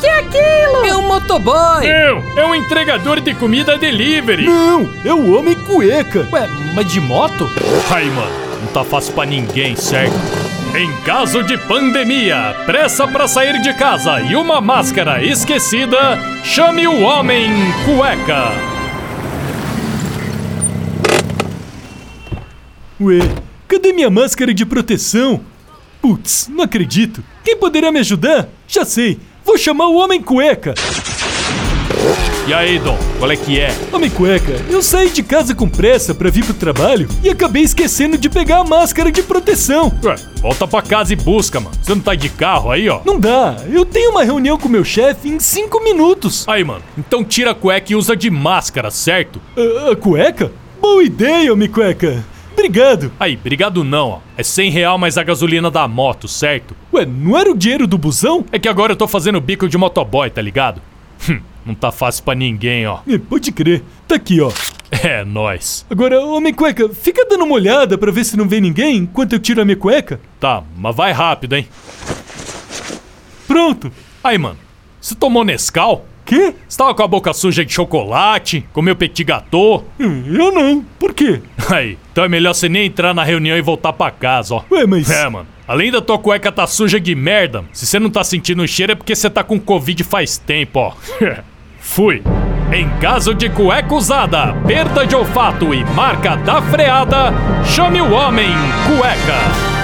que é aquilo? É um motoboy! Não, é um entregador de comida delivery. Não, é o homem cueca. Ué, mas de moto? Ai, mano, não tá fácil pra ninguém, certo? Em caso de pandemia, pressa pra sair de casa e uma máscara esquecida, chame o homem cueca. Ué, cadê minha máscara de proteção? Putz, não acredito. Quem poderá me ajudar? Já sei, vou chamar o Homem Cueca. E aí, Dom, qual é que é? Homem Cueca, eu saí de casa com pressa pra vir pro trabalho e acabei esquecendo de pegar a máscara de proteção. Ué, volta pra casa e busca, mano. Você não tá de carro aí, ó? Não dá, eu tenho uma reunião com meu chefe em cinco minutos. Aí, mano, então tira a cueca e usa de máscara, certo? A, a cueca? Boa ideia, Homem Cueca. Obrigado. Aí, brigado não, ó. É 100 real mais a gasolina da moto, certo? Ué, não era o dinheiro do busão? É que agora eu tô fazendo bico de motoboy, tá ligado? Hum, não tá fácil pra ninguém, ó. É, pode crer. Tá aqui, ó. É, nós. Agora, homem cueca, fica dando uma olhada pra ver se não vem ninguém enquanto eu tiro a minha cueca. Tá, mas vai rápido, hein? Pronto. Aí, mano, você tomou Nescau? Quê? Você tava com a boca suja de chocolate? Comeu petit gâteau? Hum, Eu não. Por quê? Aí, então é melhor você nem entrar na reunião e voltar pra casa, ó. Ué, mas... É, mano. Além da tua cueca tá suja de merda, se você não tá sentindo o cheiro é porque você tá com Covid faz tempo, ó. Fui. Em caso de cueca usada, perda de olfato e marca da freada, chame o homem cueca.